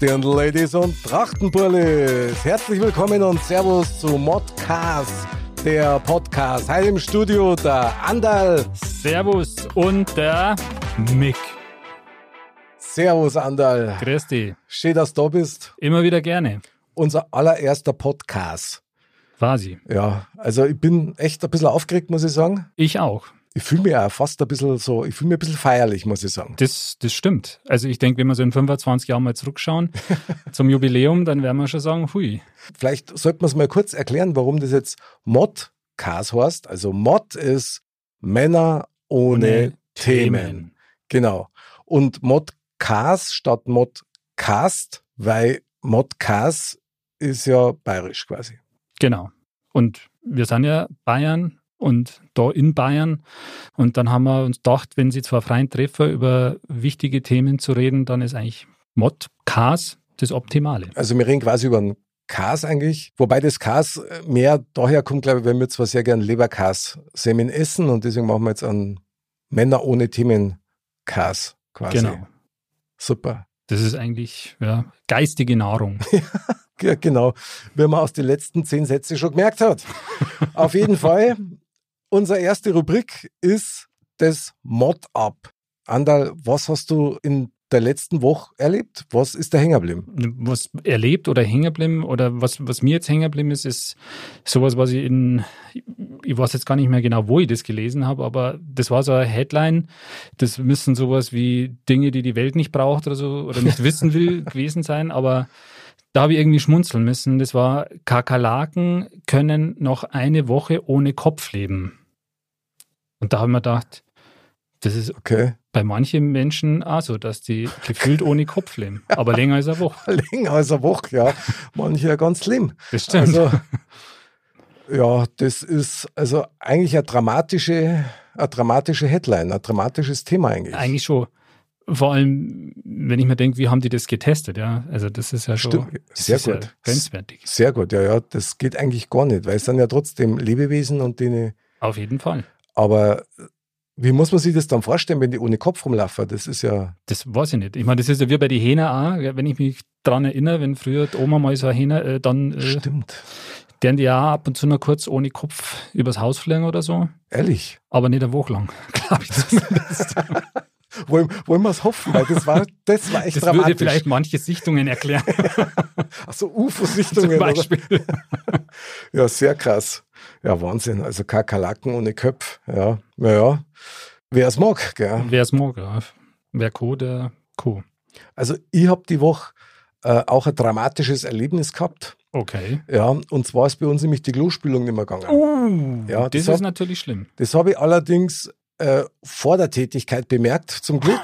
Den Ladies und Trachtenbullis. Herzlich willkommen und Servus zu Modcast, der Podcast. Heute im Studio der Andal. Servus und der Mick. Servus Andal. Grüß dich. Schön, dass du da bist. Immer wieder gerne. Unser allererster Podcast. Quasi. Ja, also ich bin echt ein bisschen aufgeregt, muss ich sagen. Ich auch. Ich fühle mich auch fast ein bisschen so, ich fühle mich ein bisschen feierlich, muss ich sagen. Das, das stimmt. Also ich denke, wenn wir so in 25 Jahren mal zurückschauen zum Jubiläum, dann werden wir schon sagen, hui. Vielleicht sollten wir es mal kurz erklären, warum das jetzt Modcast heißt. Also Mod ist Männer ohne, Ohne Themen. Themen. Genau. Und Modcast statt Modcast, weil Modcast ist ja bayerisch quasi. Genau. Und wir sind ja Bayern und da in Bayern. Und dann haben wir uns gedacht, wenn sie zwar freien Treffer über wichtige Themen zu reden, dann ist eigentlich Mod, Cars das Optimale. Also wir reden quasi über einen Kas eigentlich, wobei das Kas mehr daher kommt, glaube ich, weil wir zwar sehr gern Leberkas Semin essen und deswegen machen wir jetzt einen Männer ohne Themen Kas quasi. Genau. Super. Das ist eigentlich ja, geistige Nahrung. Ja, genau, wie man aus den letzten zehn Sätzen schon gemerkt hat. Auf jeden Fall, unsere erste Rubrik ist das Mod-Up. Andal, was hast du in der letzten Woche erlebt? Was ist da hängen geblieben? was erlebt oder hängen geblieben oder was, was mir jetzt hängen geblieben ist, ist sowas, was ich in, ich weiß jetzt gar nicht mehr genau, wo ich das gelesen habe, aber das war so eine Headline, das müssen sowas wie Dinge, die die Welt nicht braucht oder so oder nicht wissen will gewesen sein, aber da habe ich irgendwie schmunzeln müssen. Das war, Kakerlaken können noch eine Woche ohne Kopf leben. Und da habe ich mir gedacht, das ist Okay, bei manchen Menschen auch so, dass die gefühlt ohne Kopf leben, aber länger als eine Woche. länger als eine Woche, ja. Manche ja ganz schlimm. Das stimmt. Also, ja, das ist also eigentlich eine dramatische, eine dramatische Headline, ein dramatisches Thema eigentlich. Eigentlich schon. Vor allem, wenn ich mir denke, wie haben die das getestet, ja? Also das ist ja schon Also, Stimmt. das Sehr ist Ja gut. grenzwertig. Sehr gut, ja, ja, das geht eigentlich gar nicht, weil es sind ja trotzdem Lebewesen und denen Auf jeden Fall. Aber äh, wie muss man sich das dann vorstellen, wenn die ohne Kopf rumlaufen? Das ist ja, Das weiß ich nicht. Ich meine, das ist ja wie bei den Hähnen auch, gell, wenn ich mich dran erinnere, wenn früher die Oma mal so eine Hähne, äh, dann äh, stimmt. deren die ja ab und zu nur kurz ohne Kopf übers Haus fliegen oder so. Ehrlich. Aber nicht eine Woche lang, glaube ich. Das, das, Wollen, wollen wir es hoffen, weil das war, das war echt das dramatisch. würde vielleicht manche Sichtungen erklären, Also zum UFO-Sichtungen. oder? Beispiel. Ja, sehr krass. Ja, Wahnsinn. Also Kakerlaken ohne Köpf. Ja, naja. Wer es mag, gell? Wer es mag, ja. Wer Co, der Co. Also ich habe die Woche äh, auch ein dramatisches Erlebnis gehabt. Okay. Ja, und zwar ist bei uns nämlich die Klospülung nicht mehr gegangen. Uh. Ja, das das hat- ist natürlich schlimm. Das habe ich allerdings äh, vor der Tätigkeit bemerkt, zum Glück.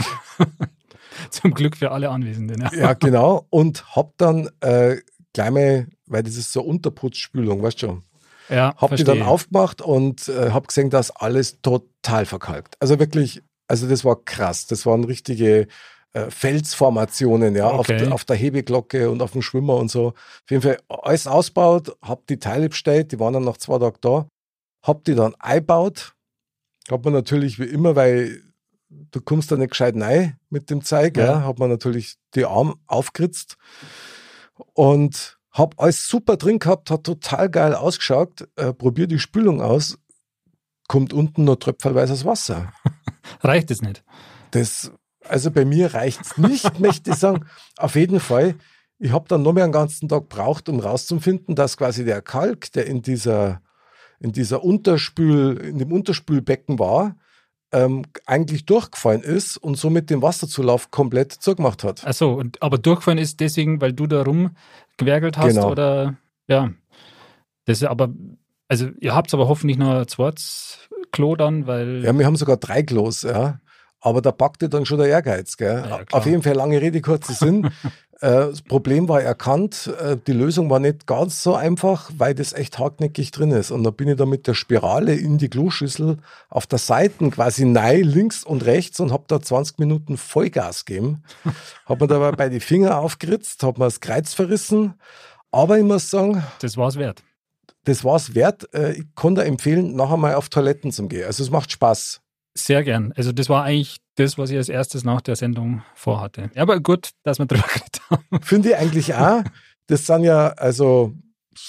Zum Glück für alle Anwesenden. Ja. Ja, genau. Und hab dann äh, gleich mal, weil das ist so Unterputzspülung, weißt du schon, Ja, hab die dann verstehe. aufgemacht und äh, hab gesehen, dass alles total verkalkt. Also wirklich, also das war krass. Das waren richtige äh, Felsformationen, ja, auf, Okay. der- auf der Hebeglocke und auf dem Schwimmer und so. Auf jeden Fall alles ausgebaut, hab die Teile bestellt, die waren dann nach zwei Tagen da, hab die dann eingebaut. Hat man natürlich wie immer, weil du kommst da nicht gescheit rein mit dem Zeig, ja. Ja. hat man natürlich die Arme aufgeritzt und hab alles super drin gehabt, hat total geil ausgeschaut, äh, probier die Spülung aus, kommt unten nur tröpfelweißes Wasser. Reicht es nicht? Das, also bei mir reicht's nicht, möchte ich sagen. Auf jeden Fall, ich habe dann noch mehr einen ganzen Tag gebraucht, um rauszufinden, dass quasi der Kalk, der in dieser, in dieser Unterspül, in dem Unterspülbecken war, ähm, eigentlich durchgefallen ist und somit den Wasserzulauf komplett zugemacht hat. Achso, und- aber durchgefallen ist deswegen, weil du da rumgewerkelt hast Genau. oder ja. Das ist aber, also ihr habt aber hoffentlich noch ein zweites Klo dann, weil. Ja, wir haben sogar drei Klos, ja. Aber da packte dann schon der Ehrgeiz. Gell? Ja, klar. Auf jeden Fall lange Rede, kurzer Sinn. Äh, das Problem war erkannt, äh, die Lösung war nicht ganz so einfach, weil das echt hartnäckig drin ist. Und da bin ich dann mit der Spirale in die Kloschüssel auf der Seite quasi nein, links und rechts und habe da 20 Minuten Vollgas gegeben. Hab mir dabei bei die Finger aufgeritzt, hab mir das Kreuz verrissen. Aber ich muss sagen, Das war's wert. das war's wert. Äh, Ich kann da empfehlen, nachher mal auf Toiletten zu gehen. Also es macht Spaß. Sehr gern. Also das war eigentlich das, was ich als erstes nach der Sendung vorhatte. Ja, aber gut, dass wir drüber geredet haben. Finde ich eigentlich auch. Das sind ja, also,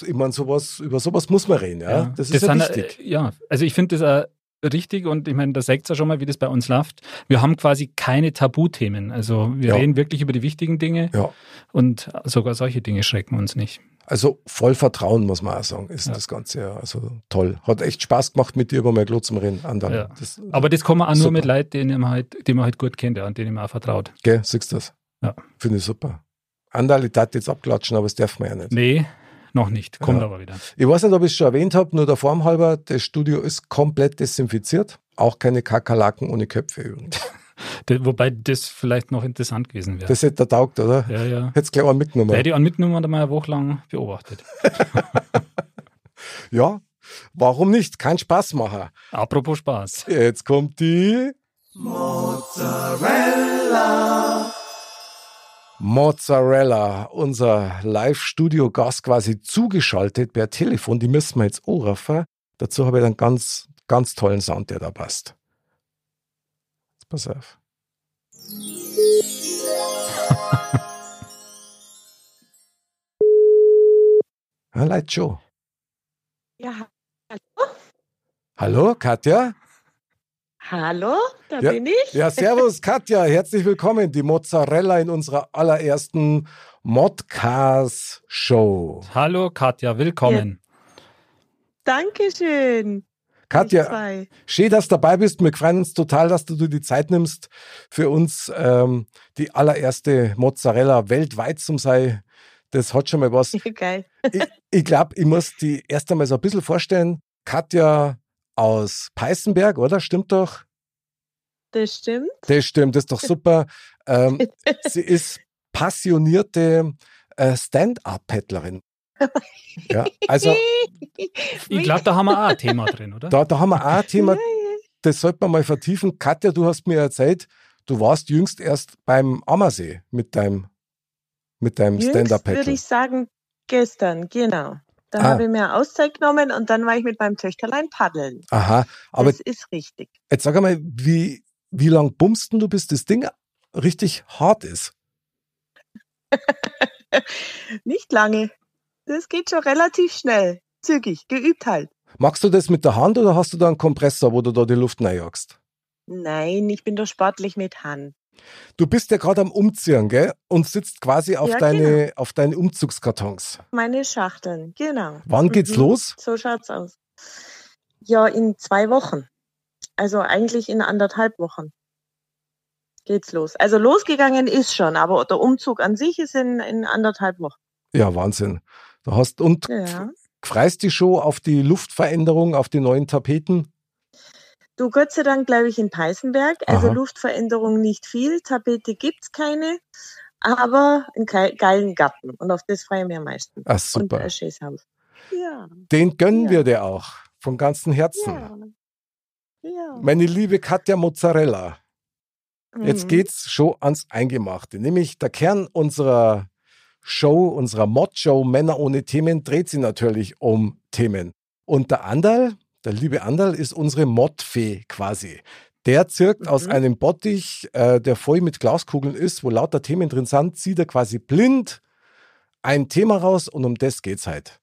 ich meine, sowas, über sowas muss man reden, ja. Das ist ja sind, wichtig. äh, Ja, also ich finde das auch richtig und ich meine, da seht ihr schon mal, wie das bei uns läuft. Wir haben quasi keine Tabuthemen. Also wir Ja. reden wirklich über die wichtigen Dinge Ja. und sogar solche Dinge schrecken uns nicht. Also voll Vertrauen, muss man auch sagen, ist Ja. das Ganze ja. Also toll. Hat echt Spaß gemacht, mit dir über mein Klo zu reden. Andern. Ja. Das, Aber das kann man auch nur Super. mit Leuten, denen man halt, die man halt gut kennt ja, und denen man auch vertraut. gell, siehst du das? Ja. Finde ich super. Andal, ich darf jetzt abklatschen, aber das darf man ja nicht. Nee, noch nicht. Kommt Ja. aber wieder. Ich weiß nicht, ob ich es schon erwähnt habe, nur der Form halber, das Studio ist komplett desinfiziert. Auch keine Kakerlaken ohne Köpfe übrigens. Da- wobei das vielleicht noch interessant gewesen wäre. Das hätte er taugt, oder? Ja, ja. Hätt's gleich einen mitgenommen. Da hätte ich einen mitgenommen und einmal eine Woche lang beobachtet. Ja, warum nicht? Kein Spaßmacher. Apropos Spaß. Jetzt kommt die Mozzarella. Mozzarella, unser Live-Studio-Gast quasi zugeschaltet per Telefon. Die müssen wir jetzt anrufen. Dazu habe ich einen ganz, ganz tollen Sound, der da passt. Jetzt pass auf. Ja, Leute schon. Ja, ha- Hallo, Katja? hallo, da Ja, bin ich. Ja, servus Katja, herzlich willkommen, die Mozzarella in unserer allerersten Modcast-Show. Hallo Katja, willkommen. Dankeschön. euch Katja, zwei. schön, dass du dabei bist. Wir freuen uns total, dass du dir die Zeit nimmst, für uns ähm, die allererste Mozzarella weltweit zum Sei. Das hat schon mal was. Geil. Ich glaube, ich muss die erst einmal so ein bisschen vorstellen. Katja aus Peißenberg, oder? Stimmt doch? Das stimmt. Das stimmt, das ist doch super. ähm, sie ist passionierte äh, Stand-up-Paddlerin. Ja, also Ich glaube, da haben wir auch ein Thema drin, oder? da, da haben wir auch ein Thema, Ja, ja. das sollte man mal vertiefen. Katja, du hast mir erzählt, du warst jüngst erst beim Ammersee mit deinem, mit deinem Jüngst würde Stand-up-Paddle. ich sagen, gestern, genau. Da Ah. habe ich mir Auszeit genommen und dann war ich mit meinem Töchterlein paddeln. Aha, aber das ist richtig. jetzt sag einmal, wie, wie lang bummsten du, bis das Ding richtig hart ist? Nicht lange. Das geht schon relativ schnell. Zügig, geübt halt. Magst du das mit der Hand oder hast du da einen Kompressor, wo du da die Luft reinjagst? Nein, ich bin doch sportlich mit Hand. Du bist ja gerade am Umziehen, gell? Und sitzt quasi auf, Ja, genau. deine, auf deine Umzugskartons. Meine Schachteln, genau. Wann geht's Mhm. los? So schaut's aus. Ja, in zwei Wochen. Also eigentlich in anderthalb Wochen geht's los. Also losgegangen ist schon, aber der Umzug an sich ist in, in anderthalb Wochen. Ja, Wahnsinn. Du hast und Ja. freist dich schon auf die Luftveränderung, auf die neuen Tapeten. Du Gott sei Dank bleibe ich in Peißenberg. Also Aha. Luftveränderung nicht viel, Tapete gibt's keine, aber einen ge- geilen Garten. Und auf das freue ich mich am meisten. Ach, Und Ah, super. ein schönes Haus. Ja, Den gönnen Ja. wir dir auch. Von ganzem Herzen. ja. Ja. Meine liebe Katja Mozzarella, jetzt Mhm. geht's schon ans Eingemachte. Nämlich der Kern unserer Show, unserer Mod-Show Männer ohne Themen, dreht sich natürlich um Themen. Und der Andal, der liebe Andal, ist unsere Mod-Fee quasi. Der zirkt aus Mhm. einem Bottich, äh, der voll mit Glaskugeln ist, wo lauter Themen drin sind, zieht er quasi blind ein Thema raus und um das geht's halt.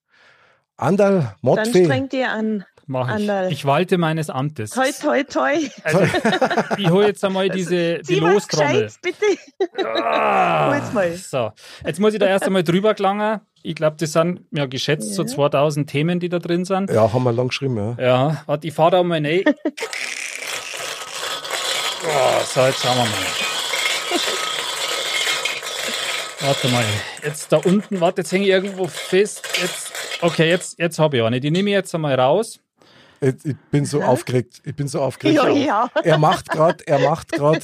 Andal, Dann Modfee. strengt ihr an. Mach ich. Anderl. Ich walte meines Amtes. Toi, Also, toi, toi. Also, ich hole jetzt einmal Das- diese die Zieh was Lostrommel. Gescheites, bitte. Ah, Hol's mal. So, jetzt muss ich da erst einmal drüber gelangen. Ich glaube, das sind ja geschätzt so Ja. 2000 Themen, die da drin sind. Ja, haben wir lang geschrieben, ja. Ja, warte, ich fahre da mal rein. Oh, so, jetzt schauen wir mal. Warte mal, jetzt da unten, warte, jetzt hänge ich irgendwo fest. Jetzt, okay, jetzt, jetzt habe ich eine. Die nehme ich jetzt einmal raus. Ich, ich bin so aufgeregt. Ich bin so aufgeregt. Ja, ja. Er macht gerade, er macht gerade,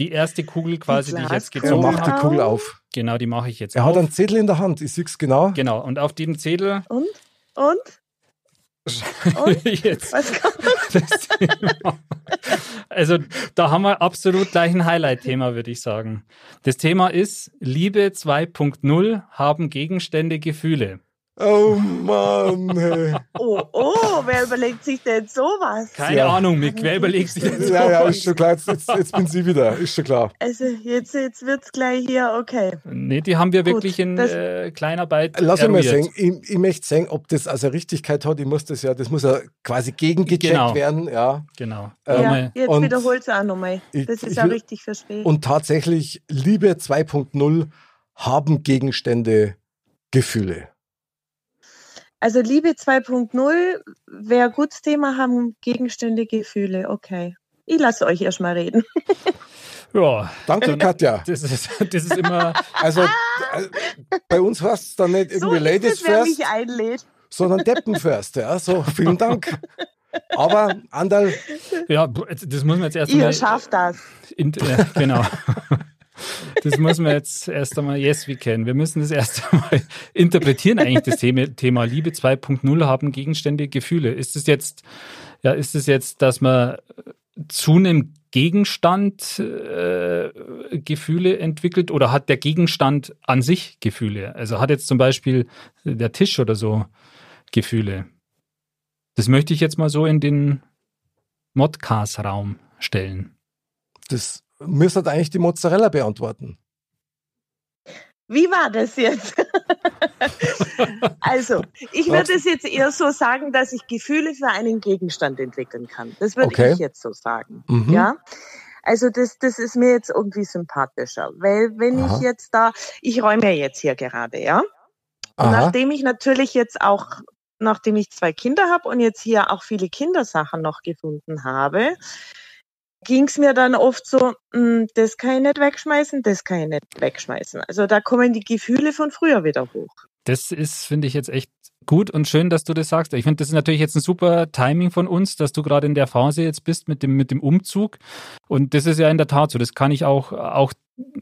Die erste Kugel quasi, die ich jetzt er Glaskugel. gezogen macht die habe, Kugel auf. genau, die mache ich jetzt Er hat auf. einen Zettel in der Hand. Ich sehe es genau. Genau, und auf dem Zettel Und? Und? Und? jetzt Was kommt? das Thema. Also da haben wir absolut gleich ein Highlight-Thema, würde ich sagen. Das Thema ist Liebe 2.0 haben Gegenstände Gefühle. Oh Mann. ey. Oh, oh, wer überlegt sich denn sowas? Keine Ja. Ahnung, Mick, wer überlegt sich das? Ja, ja, ist schon klar. Jetzt, jetzt, jetzt bin sie wieder. Ist schon klar. Also jetzt, jetzt wird's gleich hier, okay. Nee, die haben wir Gut, wirklich in das- äh, Kleinarbeit Lass uns mal eruiert. sehen. Ich, ich möchte sehen, ob das also Richtigkeit hat. Ich muss das ja, das muss ja quasi gegengecheckt Genau. werden. Ja. Genau. Ähm, Ja, Nochmal. jetzt und- wiederholt's auch nochmal. Ich- Das ich ist auch will- richtig verstehen. Und tatsächlich, Liebe 2.0 haben Gegenstände Gefühle. Also Liebe 2.0, wer gutes Thema haben, Gegenstände, Gefühle, okay. Ich lasse euch erstmal reden. Ja, Danke, Dann- Katja. das ist, das ist immer, Also d- äh, bei uns heißt es dann nicht irgendwie so Ladies ist es, wer first, mich einlädt. sondern Deppen first. Ja, so vielen Dank. Aber Anderl, ja, das muss man Also jetzt erst Ihr mal- schafft das. In, äh, genau. Das muss man jetzt erst einmal, yes, we can. Wir müssen das erst einmal interpretieren, eigentlich das Thema, Thema Liebe 2.0 haben Gegenstände Gefühle. Ist es jetzt, ja, ist es jetzt, dass man zu einem Gegenstand äh, Gefühle entwickelt oder hat der Gegenstand an sich Gefühle? Also hat jetzt zum Beispiel der Tisch oder so Gefühle? Das möchte ich jetzt mal so in den Modcast-Raum stellen. das müsste eigentlich die Mozzarella beantworten. Wie war das jetzt? also, ich würde es jetzt eher so sagen, dass ich Gefühle für einen Gegenstand entwickeln kann. Das würde Okay. ich jetzt so sagen. Mhm. Ja? Also, das, das ist mir jetzt irgendwie sympathischer, weil wenn Aha. ich jetzt da, ich räume ja jetzt hier gerade, ja? Und Aha. nachdem ich natürlich jetzt auch, nachdem ich zwei Kinder habe und jetzt hier auch viele Kindersachen noch gefunden habe, ging es mir dann oft so, "Hm, das kann ich nicht wegschmeißen, das kann ich nicht wegschmeißen. Also da kommen die Gefühle von früher wieder hoch. Das ist, finde ich, jetzt echt gut und schön, dass du das sagst. Ich finde, das ist natürlich jetzt ein super Timing von uns, dass du gerade in der Phase jetzt bist mit dem, mit dem Umzug. Und das ist ja in der Tat so. Das kann ich auch, auch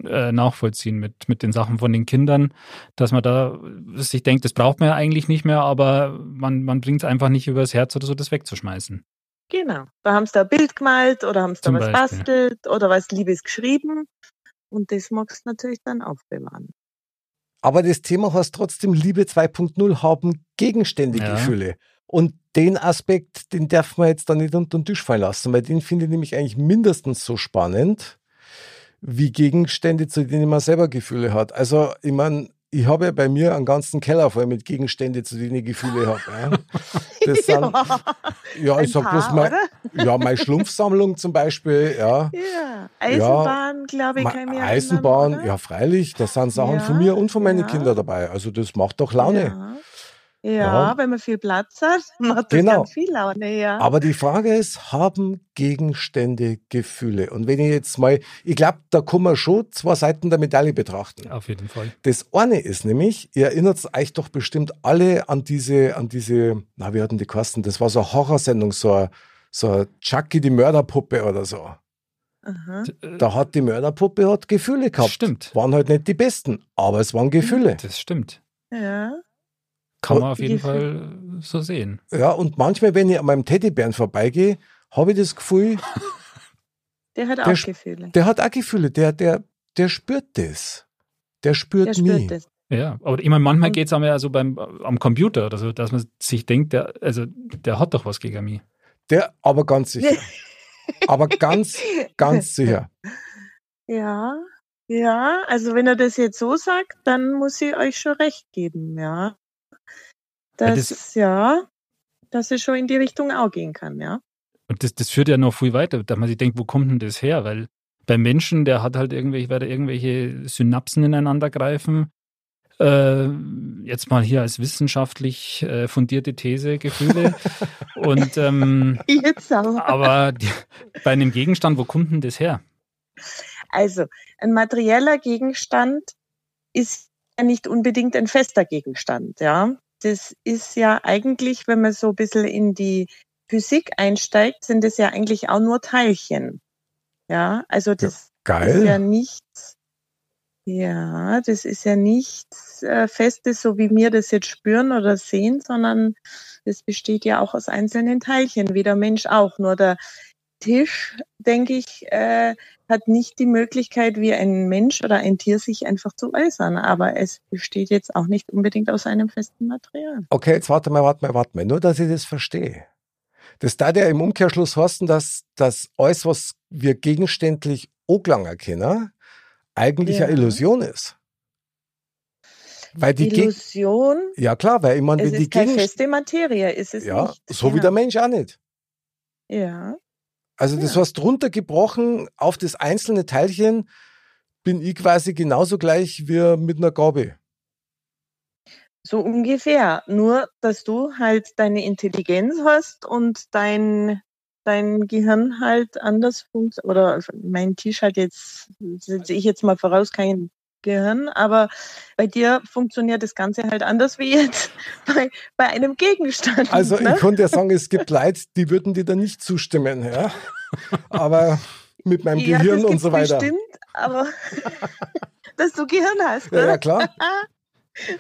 äh, nachvollziehen mit, mit den Sachen von den Kindern, dass man da sich denkt, das braucht man ja eigentlich nicht mehr, aber man, man bringt es einfach nicht übers Herz oder so, das wegzuschmeißen. Genau. Da haben sie da ein Bild gemalt oder haben sie da Zum was Beispiel. bastelt oder was Liebes geschrieben. Und das magst du natürlich dann aufbewahren. Aber das Thema heißt trotzdem, Liebe 2.0 haben Gegenstände Ja. Gefühle. Und den Aspekt, den darf man jetzt dann nicht unter den Tisch fallen lassen, weil den finde ich nämlich eigentlich mindestens so spannend wie Gegenstände, zu denen man selber Gefühle hat. Also, ich meine, ich habe ja bei mir einen ganzen Keller voll mit Gegenständen, zu denen ich Gefühle habe. Ja. Das sind, ja, ein ich sag paar, bloß mal, oder? ja, meine Schlumpfsammlung zum Beispiel, ja. Ja. Eisenbahn, glaube ich, Ma- kann ich mir erinnern, Eisenbahn, oder? ja, freilich, da sind Sachen von Ja, mir und von meinen ja. Kindern dabei. Also, das macht doch Laune. Ja. Ja, Ja. wenn man viel Platz hat, macht das Genau. ganz viel Laune, ja. Aber die Frage ist, haben Gegenstände Gefühle? Und wenn ich jetzt mal, ich glaube, da kann man schon zwei Seiten der Medaille betrachten. Auf jeden Fall. Das eine ist nämlich, ihr erinnert euch doch bestimmt alle an diese, an diese, na, wir hatten die Kosten, das war so eine Horrorsendung, so eine, so eine Chucky die Mörderpuppe oder so. Aha. äh, Da hat die Mörderpuppe hat Gefühle gehabt. Stimmt. Waren halt nicht die besten, aber es waren Gefühle. Das stimmt. Ja. Kann man auf Die jeden Gefühle. Fall so sehen. Ja, und manchmal, wenn ich an meinem Teddybären vorbeigehe, habe ich das Gefühl, Der hat Der auch Sp- Gefühle. Der hat auch Gefühle, der, der, der spürt das. Der spürt, Der spürt mich. das. Ja, aber ich meine, manchmal Und- geht es ja so beim, äh, am Computer oder so, dass man sich denkt, der, also der hat doch was gegen mich. Der, aber ganz sicher. aber ganz, ganz sicher. Ja. Ja, also wenn er das jetzt so sagt, dann muss ich euch schon recht geben, ja. Ja, Das, das- ja, dass es schon in die Richtung auch gehen kann, ja. Und das, das führt ja noch viel weiter, dass man sich denkt, wo kommt denn das her? Weil beim Menschen, der hat halt irgendwelche, werde irgendwelche Synapsen ineinander greifen. Äh, jetzt mal hier als wissenschaftlich äh, fundierte These Gefühle. Und ähm, Jetzt aber. aber die, bei einem Gegenstand, wo kommt denn das her? Also, ein materieller Gegenstand ist ja nicht unbedingt ein fester Gegenstand, ja. Das ist ja eigentlich, wenn man so ein bisschen in die Physik einsteigt, sind es ja eigentlich auch nur Teilchen. Ja, also das ist ja Geil. nichts, ja, das ist ja nichts äh, Festes, so wie wir das jetzt spüren oder sehen, sondern das besteht ja auch aus einzelnen Teilchen, wie der Mensch auch. Nur der Tisch, denke ich, äh, hat nicht die Möglichkeit, wie ein Mensch oder ein Tier sich einfach zu äußern. Aber es besteht jetzt auch nicht unbedingt aus einem festen Material. Okay, jetzt warte mal, warte mal, warte mal. Nur, dass ich das verstehe. Das da ja im Umkehrschluss heißen, dass das alles, was wir gegenständlich Oglang erkennen, eigentlich Ja. eine Illusion ist. Weil die Geg- Illusion, ja klar, weil ich meine, es wenn die ist keine Gegend feste Materie, ist es ja, nicht. so wie der Mensch auch nicht. Ja, Also das Ja. heißt, runtergebrochen auf das einzelne Teilchen bin ich quasi genauso gleich wie mit einer Gabel. so ungefähr. Nur, dass du halt deine Intelligenz hast und dein, dein Gehirn halt anders funktioniert. Oder mein Tisch hat jetzt, setze ich jetzt mal voraus, kein Gehirn, aber bei dir funktioniert das Ganze halt anders wie jetzt bei, bei einem Gegenstand. Also ich ne? konnte ja sagen, es gibt Leute, die würden dir da nicht zustimmen. Ja? Aber mit meinem ja, Gehirn das und so gibt's weiter. Bestimmt, aber dass du Gehirn hast. Ja, Ne? ja, klar.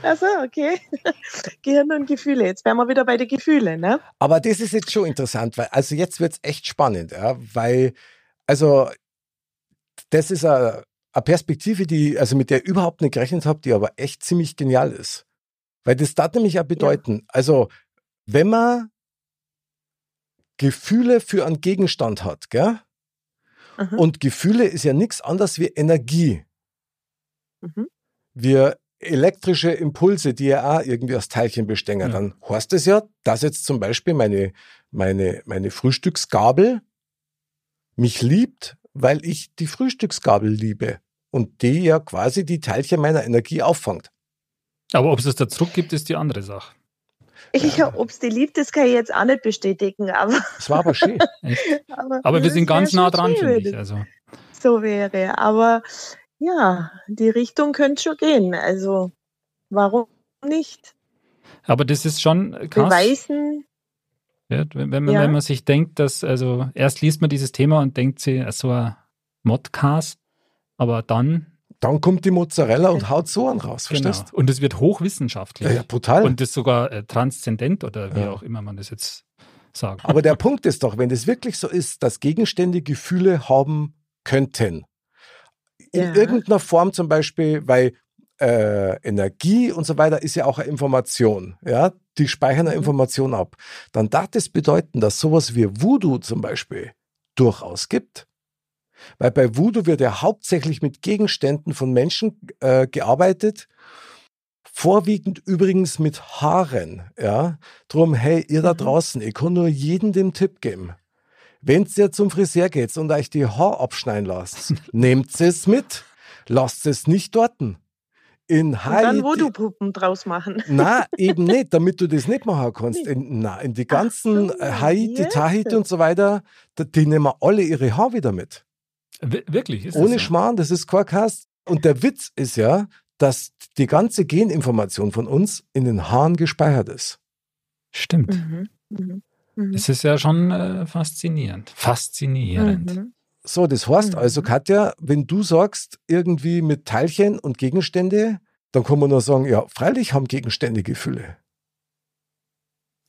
Achso, okay. Gehirn und Gefühle. Jetzt wären wir wieder bei den Gefühlen, ne? Aber das ist jetzt schon interessant, weil also jetzt wird es echt spannend, ja? weil also das ist eine eine Perspektive, die, also mit der ich überhaupt nicht gerechnet habe, die aber echt ziemlich genial ist. Weil das darf nämlich ja bedeuten, also wenn man Gefühle für einen Gegenstand hat, gell? Aha. Und Gefühle ist ja nichts anderes wie Energie. Mhm. Wir elektrische Impulse, die ja auch irgendwie aus Teilchen bestehen. Ja. Dann heißt es ja, dass jetzt zum Beispiel meine, meine, meine Frühstücksgabel mich liebt, weil ich die Frühstücksgabel liebe. Und die ja quasi die Teilchen meiner Energie auffangt. Aber ob es das da zurückgibt, ist die andere Sache. Ja, ob's die liebt, das kann ich jetzt auch nicht bestätigen, aber. Das war aber schön. Echt. Aber, Aber wir das sind ganz wär nah schon dran, schön, finde ich. wenn das Also, So wäre. Aber ja, die Richtung könnte schon gehen. Also, warum nicht? aber das ist schon krass. Beweisen. Ja, wenn, wenn man, Ja. wenn man sich denkt, dass, also erst liest man dieses Thema und denkt sich, äh, so ein Modcast, aber dann, Dann kommt die Mozzarella und haut so an raus, genau. verstehst Und es wird du? hochwissenschaftlich. Ja, ja, brutal. Und das sogar äh, transzendent oder wie Ja. auch immer man das jetzt sagt. Aber der Punkt ist doch, wenn es wirklich so ist, dass Gegenstände Gefühle haben könnten, in Ja. irgendeiner Form zum Beispiel, weil äh, Energie und so weiter ist ja auch eine Information, ja, die speichern eine Mhm. Information ab, dann darf das bedeuten, dass sowas wie Voodoo zum Beispiel durchaus gibt. Weil bei Voodoo wird ja hauptsächlich mit Gegenständen von Menschen äh, gearbeitet, vorwiegend übrigens mit Haaren, ja. Drum, hey, ihr da Mhm. draußen, ich kann nur jedem den Tipp geben. Wenn's ihr zum Friseur geht und euch die Haare abschneiden lasst, nehmt es mit. Lasst es nicht dorten. In Halt Und dann Haiti. Voodoo-Puppen draus machen. Na, eben nicht, damit du das nicht machen kannst. In, na, in die Ach ganzen so, äh, Haiti, yes. Tahiti und so weiter, da- die nehmen alle ihre Haare wieder mit. Wir- Wirklich, ist Ohne das so? Schmarrn, das ist Quarkast. Und der Witz ist ja, dass die ganze Geninformation von uns in den Haaren gespeichert ist. Stimmt. Mhm. Mhm. Mhm. Es ist ja schon äh, faszinierend. Faszinierend. Mhm. So, das heißt Mhm. also, Katja, wenn du sagst, irgendwie mit Teilchen und Gegenstände, dann kann man nur sagen, ja, freilich haben Gegenstände Gefühle.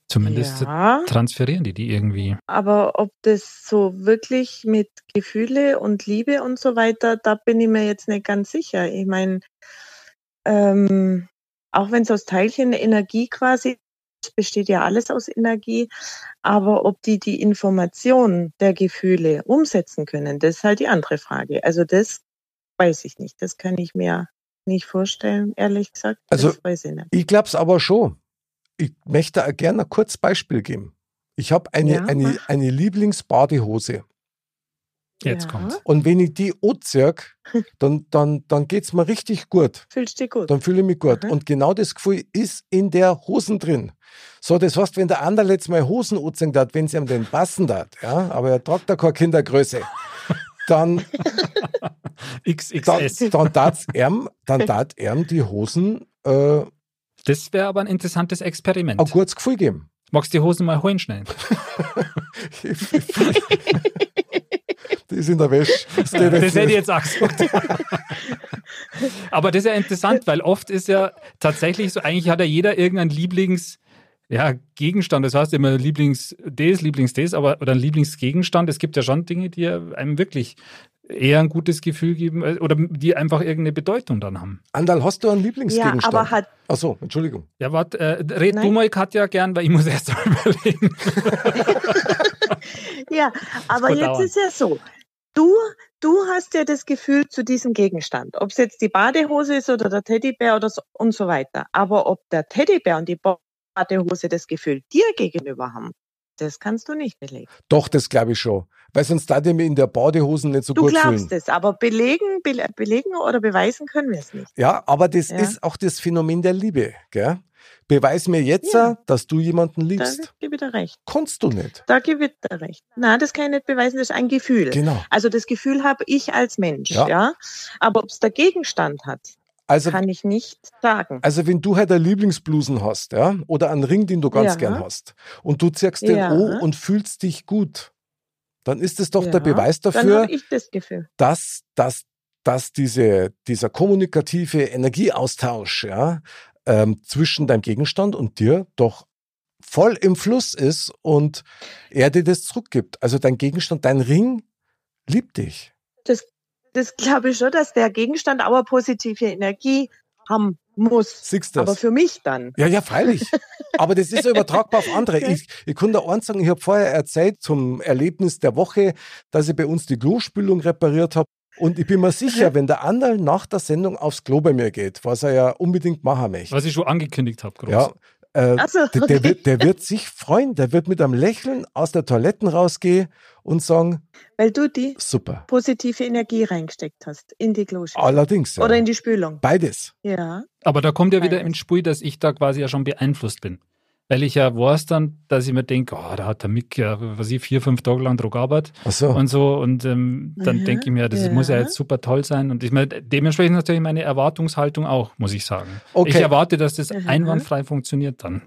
Zumindest Ja. transferieren die die irgendwie. Aber ob das so wirklich mit Gefühle und Liebe und so weiter, da bin ich mir jetzt nicht ganz sicher. Ich meine, ähm, auch wenn es aus Teilchen Energie quasi ist, besteht ja alles aus Energie, aber ob die die Information der Gefühle umsetzen können, das ist halt die andere Frage. Also das weiß ich nicht. Das kann ich mir nicht vorstellen, ehrlich gesagt. Also- das weiß ich nicht. Ich glaube es aber schon. Ich möchte auch gerne ein kurzes Beispiel geben. Ich habe eine, Ja, eine, mach. eine Lieblingsbadehose. Jetzt Ja. kommt. Und wenn ich die anzirk, dann, dann, dann geht es mir richtig gut. Fühlst du dich gut? Dann fühle ich mich gut. Mhm. Und genau das Gefühl ist in der Hosen drin. So, das heißt, wenn der andere letztes Mal Hosen anziehen hat, wenn sie ihm den passen hat, ja, aber er tragt da keine Kindergröße, dann, dann, XXS. dann tat er, dann tat er die Hosen äh, ein Das wäre aber ein interessantes Experiment. gutes Gefühl geben. Magst du die Hosen mal holen schnell? Die ist in der Wäsche. Das geht jetzt Das hätte ich nicht. jetzt auch gesagt. Aber das ist ja interessant, weil oft ist ja tatsächlich so, eigentlich hat ja jeder irgendeinen Lieblings- ja, Gegenstand, das heißt immer Lieblings des, Lieblings des, aber oder ein Lieblingsgegenstand. Es gibt ja schon Dinge, die einem wirklich eher ein gutes Gefühl geben äh, oder die einfach irgendeine Bedeutung dann haben. Andal, hast du einen Ja, Lieblingsgegenstand? aber halt hat, Ach so, Entschuldigung. Ja, warte, äh, red du Nein. mal, Katja, gern, weil ich muss erst mal überlegen. ja, aber gut jetzt dauern. ist ja so. Du, du hast ja das Gefühl zu diesem Gegenstand, ob es jetzt die Badehose ist oder der Teddybär oder so und so weiter. Aber ob der Teddybär und die Badehose das Gefühl dir gegenüber haben, das kannst du nicht belegen. Doch, das glaube ich schon. Weil sonst da ich mir in der Badehosen nicht so Du gut fühlen. glaubst es, aber belegen, bele- belegen oder beweisen können wir es nicht. Ja, aber das Ja. ist auch das Phänomen der Liebe. Gell? Beweis mir jetzt, Ja. dass du jemanden Da liebst. gebe ich dir recht. Kannst du nicht. Da gebe ich dir recht. Nein, das kann ich nicht beweisen, das ist ein Gefühl. Genau. Also das Gefühl habe ich als Mensch, Ja. ja. Aber ob es der Gegenstand hat, Also, kann ich nicht sagen. also wenn du halt eine Lieblingsblusen hast, ja, oder einen Ring, den du ganz Ja. gern hast, und du zirkst den Ja. O und fühlst dich gut, dann ist es doch der Ja. Beweis Dann dafür, habe ich das Gefühl. dass, dass, dass diese, dieser kommunikative Energieaustausch ja, ähm, zwischen deinem Gegenstand und dir doch voll im Fluss ist und er dir das zurückgibt. Also dein Gegenstand, dein Ring liebt dich. Das, das glaube ich schon, dass der Gegenstand aber positive Energie haben muss. Siehst du Aber das? für mich dann. Ja, ja, freilich. Aber das ist ja übertragbar auf andere. Okay. Ich, ich kann da eins sagen, ich habe vorher erzählt zum Erlebnis der Woche, dass ich bei uns die Klospülung repariert habe. Und ich bin mir sicher, wenn der Anderl nach der Sendung aufs Klo bei mir geht, was er ja unbedingt machen möchte, Was ich schon angekündigt habe, groß. Ja, äh, Ach so, der, Ah, okay. der, wird, der wird sich freuen. Der wird mit einem Lächeln aus der Toiletten rausgehen und sagen, Weil du die super. positive Energie reingesteckt hast in die Kloschüssel. Allerdings, ja. Oder in die Spülung. beides. Ja. Aber da kommt ja wieder Nein. ins Spiel, dass ich da quasi ja schon beeinflusst bin. Weil ich ja weiß dann, dass ich mir denke, oh, da hat der Mick ja, was ich, vier, fünf Tage lang Druck Arbeit Ach so. und so. Und ähm, dann Mhm, denke ich mir, das ja. muss ja jetzt super toll sein. Und ich meine, dementsprechend natürlich meine Erwartungshaltung auch, muss ich sagen. Okay. Ich erwarte, dass das Mhm. einwandfrei funktioniert dann.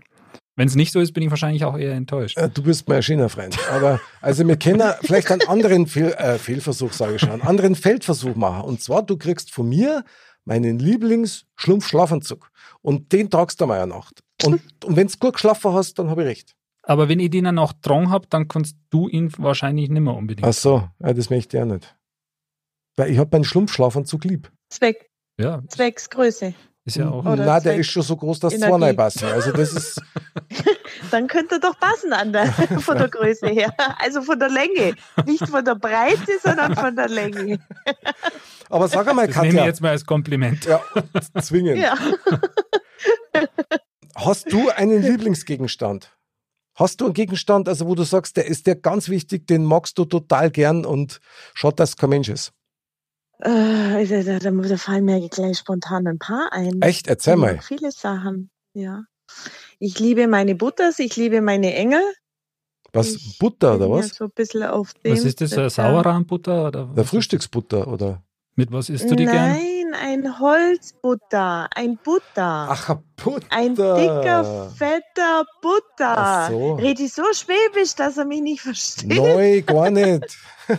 Wenn es nicht so ist, bin ich wahrscheinlich auch eher enttäuscht. Äh, Du bist mein China-Freund. Aber also wir können vielleicht einen anderen Fehl, äh, Fehlversuch, sage ich schon, einen anderen Feldversuch machen. Und zwar, du kriegst von mir meinen Lieblings-Schlumpf-Schlafanzug. Und den tragst du mal eine Nacht. Und, und wenn du gut geschlafen hast, dann habe ich recht. Aber wenn ich den dann auch drang habe, dann kannst du ihn wahrscheinlich nicht mehr unbedingt. Ach so, ja, das möchte ich ja nicht. Weil ich habe meinen Schlumpfschlafanzug lieb. Zweck, Ja, Zwecksgröße. ist ja auch. Oder Na, der Zweck- ist schon so groß, dass Energie. zwei reinpassen. Also das ist, Dann könnte er doch passen an der, von der Größe her. Also von der Länge. Nicht von der Breite, sondern von der Länge. aber sag einmal, Das nehme ich Katja, jetzt mal als Kompliment. ja, zwingend. Ja. Hast du einen Lieblingsgegenstand? Hast du einen Gegenstand, also wo du sagst, der ist dir ganz wichtig, den magst du total gern und schaut, dass es kein Mensch ist? Äh, da, da, da, da fallen mir gleich spontan ein paar ein. Echt, erzähl Ich mal. mag Viele Sachen, ja. Ich liebe meine Butters, ich liebe meine Engel. Was, Ich Butter oder bin ja was? So ein bisschen auf dem. Was ist das? Äh, Sauerrahmbutter? Oder Der Frühstücksbutter oder? Mit was isst du die gern? Nein, ein Holzbutter, ein Butter. Ach, ein Butter. Ein dicker, fetter Butter. Ach so. Red ich so schwäbisch, dass er mich nicht versteht? Nein, gar nicht.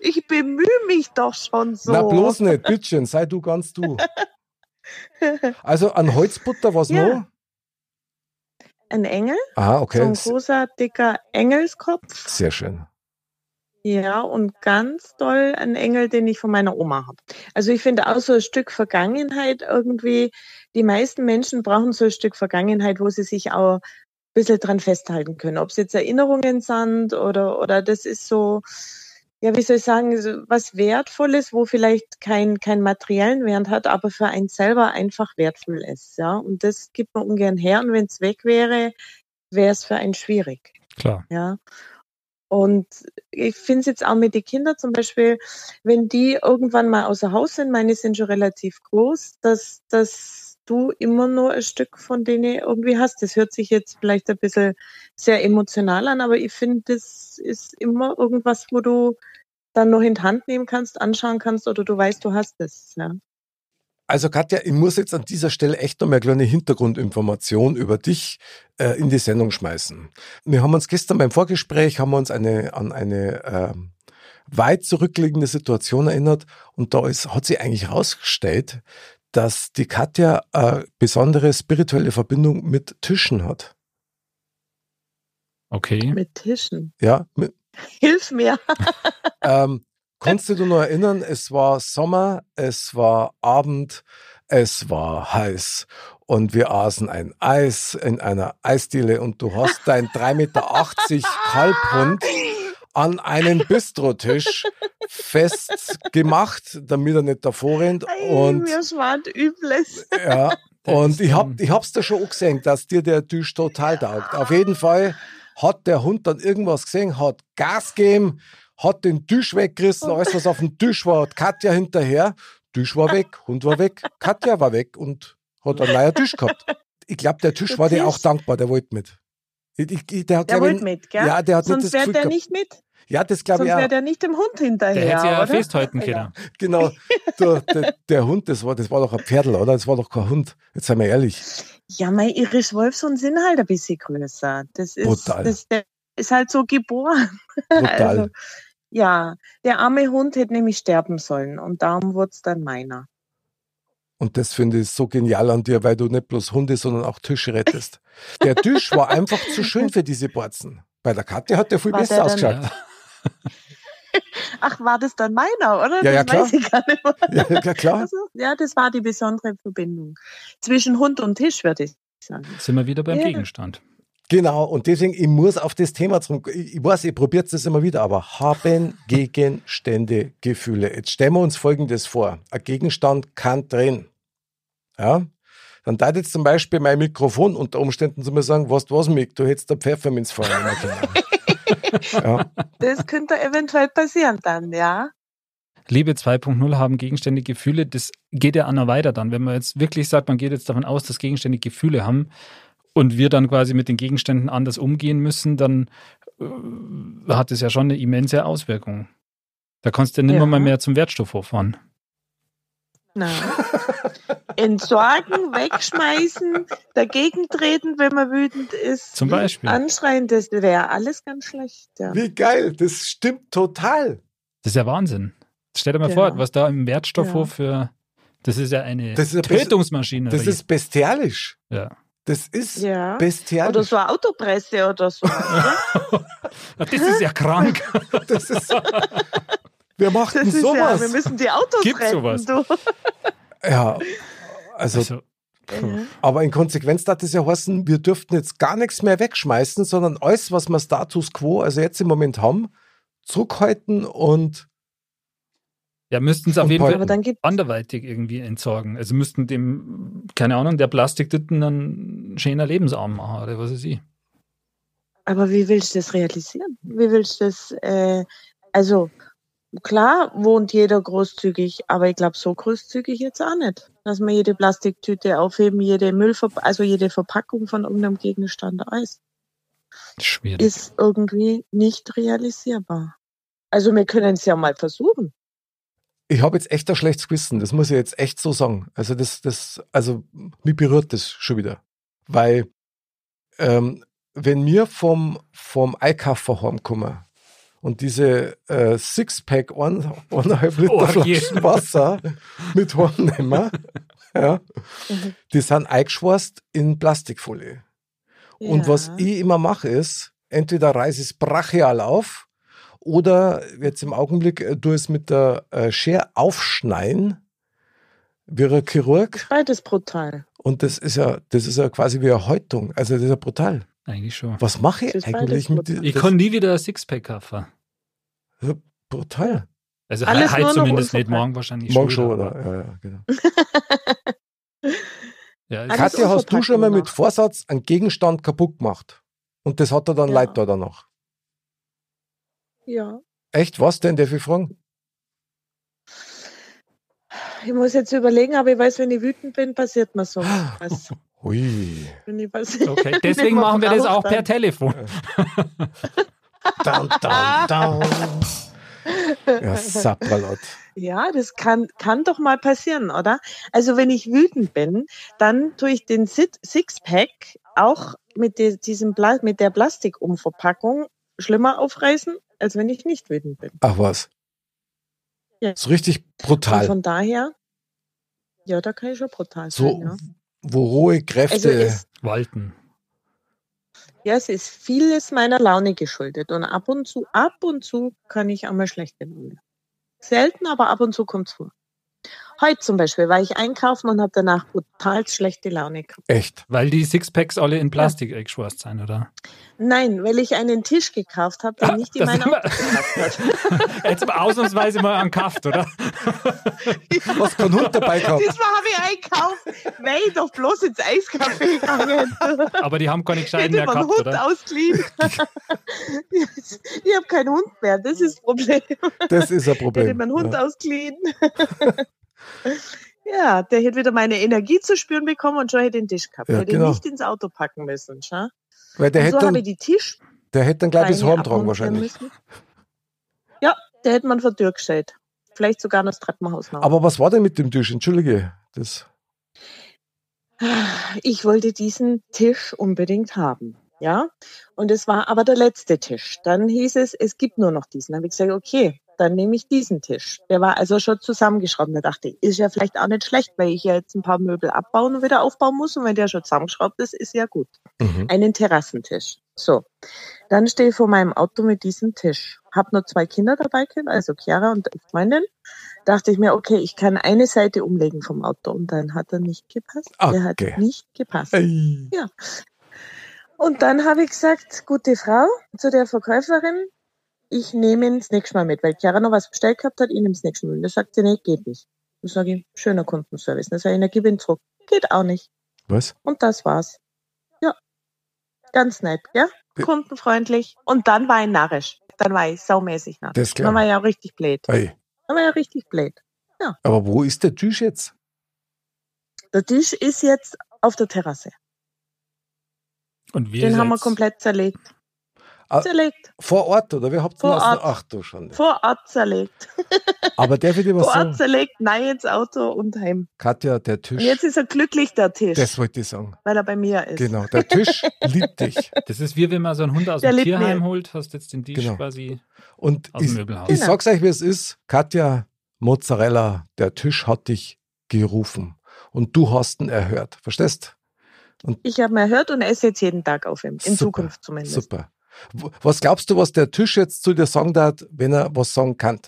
Ich bemühe mich doch schon so. Na, bloß nicht, bitteschön, sei du ganz du. Also an Holzbutter was Ja. noch? Ein Engel, Ah, okay. so ein großer, dicker Engelskopf. Sehr schön. Ja, und ganz toll ein Engel, den ich von meiner Oma habe. Also ich finde auch so ein Stück Vergangenheit irgendwie, die meisten Menschen brauchen so ein Stück Vergangenheit, wo sie sich auch ein bisschen dran festhalten können. Ob es jetzt Erinnerungen sind oder, oder das ist so, ja, wie soll ich sagen, so was Wertvolles, wo vielleicht kein, kein materiellen Wert hat, aber für einen selber einfach wertvoll ist. Ja, und das gibt man ungern her. Und wenn es weg wäre, wäre es für einen schwierig. Klar. Ja. Und ich finde es jetzt auch mit den Kindern zum Beispiel, wenn die irgendwann mal außer Haus sind, meine sind schon relativ groß, dass, dass du immer nur ein Stück von denen irgendwie hast. Das hört sich jetzt vielleicht ein bisschen sehr emotional an, aber ich finde, das ist immer irgendwas, wo du dann noch in die Hand nehmen kannst, anschauen kannst oder du weißt, du hast es. Ja. Also Katja, ich muss jetzt an dieser Stelle echt noch mal eine kleine Hintergrundinformation über dich äh, in die Sendung schmeißen. Wir haben uns gestern beim Vorgespräch haben wir uns eine, an eine äh, weit zurückliegende Situation erinnert und da ist, hat sie eigentlich herausgestellt, dass die Katja eine besondere spirituelle Verbindung mit Tischen hat. Okay. Mit Tischen. Ja, mit, Hilf mir. ähm, Kannst du dich noch erinnern, es war Sommer, es war Abend, es war heiß und wir aßen ein Eis in einer Eisdiele und du hast dein 3,80 Meter Kalbhund an einen Bistrotisch festgemacht, damit er nicht davor rennt Ei, und mir schwant übles. ja, Das und ist ich dumm. hab, ich hab's da schon angesehen, dass dir der Tisch total taugt. Auf jeden Fall hat der Hund dann irgendwas gesehen, hat Gas gegeben, hat den Tisch weggerissen, alles was auf dem Tisch war, hat Katja hinterher. Tisch war weg, Hund war weg, Katja war weg und hat einen neuen Tisch gehabt. Ich glaube, der Tisch Der war dir Tisch. auch dankbar, der wollte mit. Ich, ich, der hat, Der glaub ich, wollte mit, gell? ja, der hat nicht das Sonst wäre Gefühl der gehabt. nicht mit. Ja, das glaube Sonst ich auch. wäre der nicht dem Hund hinterher. Der hätte ja oder? festhalten Ja. können. Genau. Der, der, der Hund, das war, das war doch ein Pferdl, oder? Das war doch kein Hund. Jetzt seien wir ehrlich. Ja, mein irisch Wolfshund sind halt ein bisschen größer. Das ist, Brutal. Das, der ist halt so geboren. Brutal. Also, ja, der arme Hund hätte nämlich sterben sollen und darum wurde es dann meiner. Und das finde ich so genial an dir, weil du nicht bloß Hunde, sondern auch Tische rettest. Der Tisch war einfach zu schön für diese Borzen. Bei der Katja hat der viel War besser der dann- ausgeschaut. Ach, war das dann meiner, oder? Ja, ja, das weiß ich gar nicht mehr. Ja, ja klar. Also, ja, das war die besondere Verbindung zwischen Hund und Tisch, würde ich sagen. Sind wir wieder beim Ja. Gegenstand. Genau. Und deswegen, ich muss auf das Thema zurück. Ich, ich weiß, ihr probiert es immer wieder, aber haben Gegenstände Gefühle? Jetzt stellen wir uns Folgendes vor. Ein Gegenstand kann drehen. Ja? Dann darf jetzt zum Beispiel mein Mikrofon unter Umständen zu mir sagen, was, was, Mick, du hättest da Pfefferminz fallen lassen können. ja. Das könnte eventuell passieren dann, ja. Liebe 2.0 haben Gegenstände Gefühle. Das geht ja auch noch weiter dann. Wenn man jetzt wirklich sagt, man geht jetzt davon aus, dass Gegenstände Gefühle haben und wir dann quasi mit den Gegenständen anders umgehen müssen, dann äh, hat es ja schon eine immense Auswirkung. Da kannst du ja nicht Ja. mal mehr zum Wertstoff hochfahren. Nein. Entsorgen, wegschmeißen, dagegen treten, wenn man wütend ist. Zum Beispiel. Anschreien, das wäre alles ganz schlecht. Ja. Wie geil, das stimmt total. Das ist ja Wahnsinn. Stell dir mal Ja. vor, was da im Wertstoffhof Genau. Ja. für. Das ist ja eine Das ist ein bisschen- Tötungsmaschine. Das ist bestialisch. ja. Das ist ja. bestialisch. Oder so eine Autopresse oder so. oder? das ist ja krank. Das ist, wir Das machten ist ja, wir sowas. müssen die Autos Gibt's retten. sowas? Du. Ja, also, Also, Ja. aber in Konsequenz hat es ja heißen, wir dürften jetzt gar nichts mehr wegschmeißen, sondern alles, was wir Status Quo, also jetzt im Moment haben, zurückhalten und ja, müssten es auf Und jeden Paul- Fall Aber dann gibt anderweitig irgendwie entsorgen. Also müssten dem, keine Ahnung, der Plastiktüten dann schöner Lebensarm machen oder was weiß ich. Aber wie willst du das realisieren? Wie willst du das? Äh, also klar wohnt jeder großzügig, aber ich glaube so großzügig jetzt auch nicht, dass man jede Plastiktüte aufheben, jede Müllverp also jede Verpackung von irgendeinem Gegenstand Eis Schwierig. ist irgendwie nicht realisierbar. Also wir können es ja mal versuchen. ich habe jetzt echt ein schlechtes Gewissen, das muss ich jetzt echt so sagen. Also das, das, also mich berührt das schon wieder. Weil ähm, wenn wir vom, vom Einkaufen heimkommen und diese äh, Sixpack, ein- eineinhalb Liter Oh, je. Flaschen Wasser mit heimnehmen, ja, Mhm. die sind eingeschweißt in Plastikfolie. Und was Ja. ich immer mache, ist, entweder reiße ich es brachial auf oder jetzt im Augenblick äh, tue es mit der äh, Schere aufschneiden, wie ein Chirurg. beides brutal. Und das ist ja, das ist ja quasi wie eine Häutung. Also das ist ja brutal. Eigentlich schon. Was mache ich Das ist eigentlich beides mit brutal. diesem? Ich kann nie wieder ein Sixpack kaufen. Brutal. Also Alles heute nur noch zumindest nicht, unverpackt. morgen wahrscheinlich Morgen schon, wieder, oder? Ja, ja, genau. Ah, Ja, Alles es- Katja, hast du unverpackt schon mal nur mit noch. Vorsatz einen Gegenstand kaputt gemacht? Und das hat er dann Ja. leid da danach. Ja. Echt? Was denn? Darf ich fragen? Ich muss jetzt überlegen, aber ich weiß, wenn ich wütend bin, passiert mir so. Ah. Was, Hui. wenn ich was okay. Deswegen Nehmen wir machen wir von das auch Anfang per Telefon. Down, down, down. Ja, Sapperlot. Ja, das kann, kann doch mal passieren, oder? Also wenn ich wütend bin, dann tue ich den Sit- Sixpack auch mit, de, diesem Pla mit der Plastikumverpackung schlimmer aufreißen, als wenn ich nicht wütend bin. Ach was. Ja. So richtig Und brutal. von daher, ja, da kann ich schon brutal sein. So, Ja. wo rohe Also Kräfte. es, Walten. ja, es ist vieles meiner Laune geschuldet und ab und zu, ab und zu kann ich einmal schlecht werden. Selten, aber ab und zu kommt es vor. Heute zum Beispiel war ich einkaufen und habe danach brutal schlechte Laune gehabt. echt. Weil die Sixpacks alle in Plastik eingeschweißt sind, oder? Nein, weil ich einen Tisch gekauft habe, der nicht in Ah, das mein haben Auto gepasst hat. Jetzt aber ausnahmsweise mal am Kaft, oder? Was kann Hund dabei gehabt? Diesmal habe ich einkauft, weil ich doch bloß ins Eiskaffee gegangen Aber die haben gar nicht gescheit Hätte mehr man einen gehabt, Hund oder? ausgeliehen. ich habe keinen Hund mehr, das ist das Problem. Das ist ein Hätte Problem. man einen Hund ja. ausgeliehen. ja, der hätte wieder meine Energie zu spüren bekommen und schon hätte den Tisch gehabt. Ja, hätte genau. ihn nicht ins Auto packen müssen. Schau? Weil der Und hätte so habe dann, ich die Tisch der hätte dann gleich das Horn tragen abmontieren wahrscheinlich. müssen. Ja, der hätte man vor die Tür gestellt. Vielleicht sogar noch das Treppenhaus noch. Aber was war denn mit dem Tisch? Entschuldige. Das, Ich wollte diesen Tisch unbedingt haben. Ja, und es war aber der letzte Tisch. Dann hieß es, es gibt nur noch diesen. Dann habe ich gesagt, okay, dann nehme ich diesen Tisch. Der war also schon zusammengeschraubt. Da dachte ich, ist ja vielleicht auch nicht schlecht, weil ich ja jetzt ein paar Möbel abbauen und wieder aufbauen muss. Und wenn der schon zusammengeschraubt ist, ist ja gut. mhm. Einen Terrassentisch. So, dann stehe ich vor meinem Auto mit diesem Tisch. Hab nur zwei Kinder dabei, gehabt, also Chiara und Freundin. Dachte ich mir, okay, ich kann eine Seite umlegen vom Auto. Und dann hat er nicht gepasst. Er hat Okay. nicht gepasst. Ey. Und dann habe ich gesagt, gute Frau, zu der Verkäuferin, ich nehme ihn das nächste Mal mit, weil Chiara noch was bestellt gehabt hat, ich nehme das nächste Mal mit. Da sagt sie, nee, geht nicht. Dann sage ich, schöner Kundenservice. Dann sage ich, na, gib ihn zurück. Geht auch nicht. Was? Und das war's. Ja. Ganz nett, ja? Ja. Kundenfreundlich. Und dann war ich narrisch. Dann war ich saumäßig narrisch. Das ist Dann war klar. ich auch richtig blöd. Ey. Dann war ich auch richtig blöd. Aber wo ist der Tisch jetzt? Der Tisch ist jetzt auf der Terrasse. Und wir Den haben wir jetzt- komplett zerlegt. Ah. Zerlegt. Vor Ort, oder? Wir habt Vor lassen. Ort. Ach du Schande. Vor Ort zerlegt. Aber der wird immer Vor Ort sagen, zerlegt, nein ins Auto und heim. Katja, der Und Tisch, jetzt ist er glücklich, der Tisch, das wollte ich sagen. weil er bei mir ist. Genau, der Tisch liebt dich. Das ist wie wenn man so einen Hund aus Der dem lebt Tierheim mir. holt, hast jetzt den Tisch Genau. quasi Und aus ich, dem Möbelhaus. ich Genau. sag's euch, wie es ist. Katja Mozzarella, der Tisch hat dich gerufen. Und du hast ihn erhört. Verstehst? Ich habe mir gehört und esse jetzt jeden Tag auf ihm. In Super, Zukunft zumindest. Super. W- Was glaubst du, was der Tisch jetzt zu dir sagen darf, wenn er was sagen kann?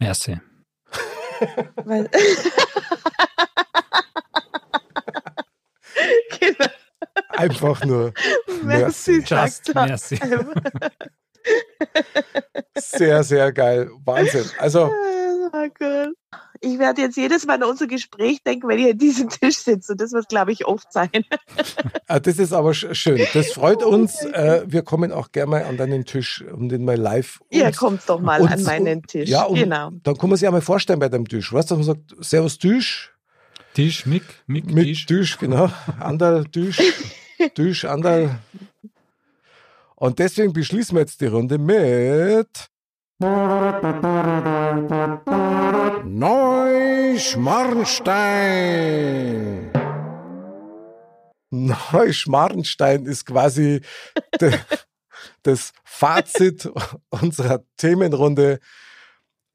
Merci. Weil genau. Einfach nur Merci. Merci, Just sagt er. merci. sehr, sehr geil. Wahnsinn. Also, Ah, gut. Ich werde jetzt jedes Mal an unser Gespräch denken, wenn ich an diesem Tisch sitze. Und das wird, glaube ich, oft sein. ah, das ist aber sch- schön. Das freut Oh, uns. danke. Äh, wir kommen auch gerne mal an deinen Tisch, um den mal live Ihr uns- kommt doch mal und- an meinen Tisch. Ja, und genau. dann kann man sich einmal vorstellen bei dem Tisch. Weißt du, dass man sagt, Servus Tisch, Tisch, Mick, Mick, mit Tisch. Tisch, genau. Anderl Tisch, Tisch, Anderl. Und deswegen beschließen wir jetzt die Runde mit. Neuschmarnstein. Neuschmarnstein ist quasi de, das Fazit unserer Themenrunde.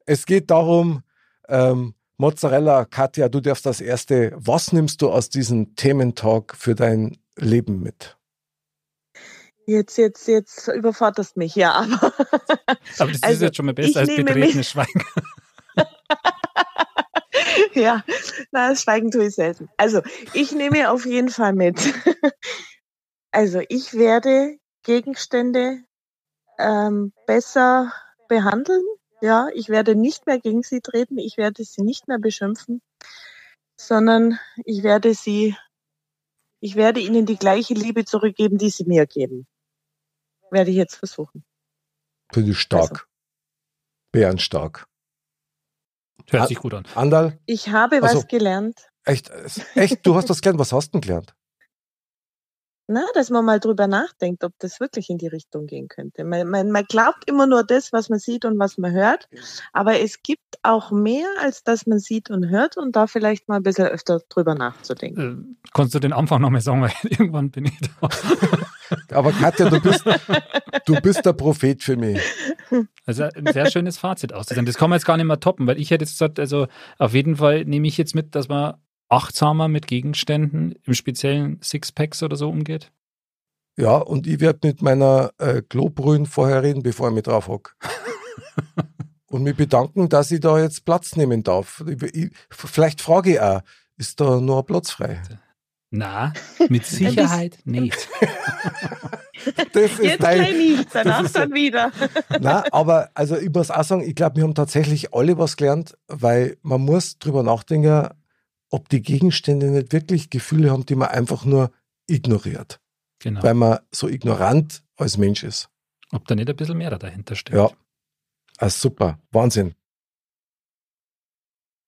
Es geht darum, ähm, Mozzarella, Katja, du darfst das erste. Was nimmst du aus diesem Thementalk für dein Leben mit? Jetzt, jetzt, jetzt überforderst mich, ja, aber Aber das ist Also, jetzt schon mal ich besser als nehme betretenes Schweigen. ja, na, das Schweigen tue ich selten. Also, ich nehme auf jeden Fall mit. Also, ich werde Gegenstände ähm, besser behandeln. Ja, ich werde nicht mehr gegen sie treten. Ich werde sie nicht mehr beschimpfen, sondern ich werde sie, ich werde ihnen die gleiche Liebe zurückgeben, die sie mir geben. Werde ich jetzt versuchen. Finde ich stark. Also. Bärenstark. Hört Ah. sich gut an. Andal, Ich habe Also- was gelernt. echt, echt, du hast das gelernt. Was hast du denn gelernt? na, dass man mal drüber nachdenkt, ob das wirklich in die Richtung gehen könnte. Man, man, man glaubt immer nur das, was man sieht und was man hört, aber es gibt auch mehr, als dass man sieht und hört und da vielleicht mal ein bisschen öfter drüber nachzudenken. Äh, kannst du den Anfang noch mal sagen, weil irgendwann bin ich da. Aber Katja, du bist, du bist der Prophet für mich. Also ein sehr schönes Fazit auszusehen. Das kann man jetzt gar nicht mehr toppen, weil ich hätte jetzt gesagt, also auf jeden Fall nehme ich jetzt mit, dass man achtsamer mit Gegenständen, im speziellen Sixpacks oder so umgeht. Ja, und ich werde mit meiner äh, Klobrühen vorher reden, bevor ich mich drauf hock. und mich bedanken, dass ich da jetzt Platz nehmen darf. Ich, ich, vielleicht frage ich auch, ist da nur ein Platz frei? Na, mit Sicherheit nicht. Das ist Jetzt dein- gleich nicht, danach ist- dann wieder. Na, aber also ich muss auch sagen, ich glaube, wir haben tatsächlich alle was gelernt, weil man muss drüber nachdenken, ob die Gegenstände nicht wirklich Gefühle haben, die man einfach nur ignoriert, Genau. weil man so ignorant als Mensch ist. Ob da nicht ein bisschen mehr da dahinter steckt. Ja. Ah, super, Wahnsinn.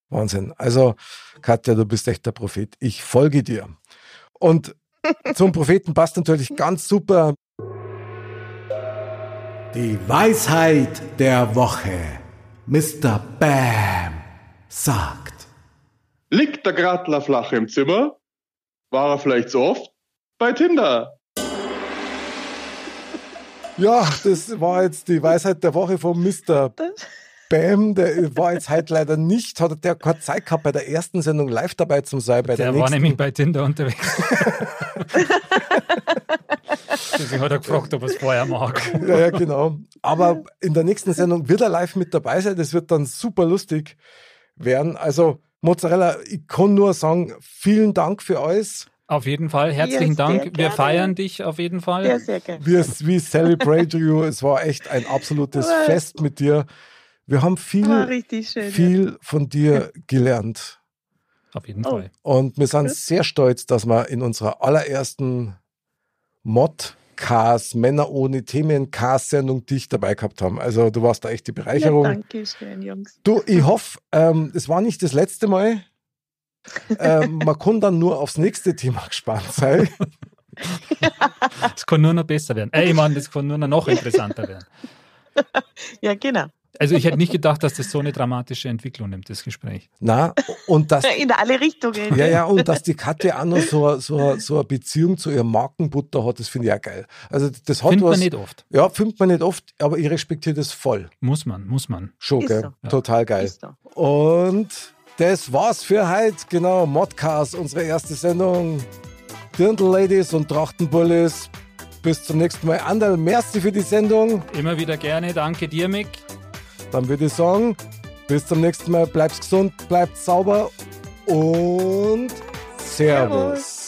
Wahnsinn. Also, Katja, du bist echt der Prophet. Ich folge dir. Und zum Propheten passt natürlich ganz super Die Weisheit der Woche. Mr. Bam sagt. Liegt der Gratler flach im Zimmer? War er vielleicht so oft? Bei Tinder. Ja, das war jetzt die Weisheit der Woche von Mr. Bam. Der war jetzt heute leider nicht, hat der keine Zeit gehabt, bei der ersten Sendung live dabei zu sein. Bei der, Der war nächsten. nämlich bei Tinder unterwegs. Deswegen hat er gefragt, ob er es vorher mag. Ja, ja, genau. Aber in der nächsten Sendung wird er live mit dabei sein. Das wird dann super lustig werden. Also, Mozzarella, ich kann nur sagen, vielen Dank für alles. Auf jeden Fall, herzlichen Ja, sehr Dank. Wir gerne. feiern dich auf jeden Fall. Ja, sehr gerne. Wir, we celebrate you. Es war echt ein absolutes Wow. Fest mit dir. Wir haben War viel, richtig schön. viel von dir gelernt. Auf jeden Oh. Fall. Und wir sind sehr stolz, dass wir in unserer allerersten Mod-Cast, Männer ohne Themen-Cast-Sendung dich dabei gehabt haben. Also du warst da echt die ja, Bereicherung. danke schön, Jungs. du, ich hoffe, ähm, es war nicht das letzte Mal. ähm, man kann dann nur aufs nächste Thema gespannt sein. Das kann nur noch besser werden. Ey, Mann, das kann nur noch, noch interessanter werden. Ja, genau. Also ich hätte nicht gedacht, dass das so eine dramatische Entwicklung nimmt, das Gespräch. Na, und das, In alle Richtungen. ja, ja, und dass die Katja auch noch so, so, so eine Beziehung zu ihrem Markenbutter hat, das finde ich auch geil. Also das hat Findet was. man nicht oft. Ja, findet man nicht oft, aber ich respektiere das voll. Muss man, muss man. Schon, Ist gell? so. Ja. Total geil. Ist so. Und das war's für heute. Genau, Modcast, unsere erste Sendung. Dirndl Ladies und Trachtenbullis. Bis zum nächsten Mal. Anderl, merci für die Sendung. Immer wieder gerne. Danke dir, Mick. Dann würde ich sagen, bis zum nächsten Mal. Bleib's gesund, bleibt sauber und Servus.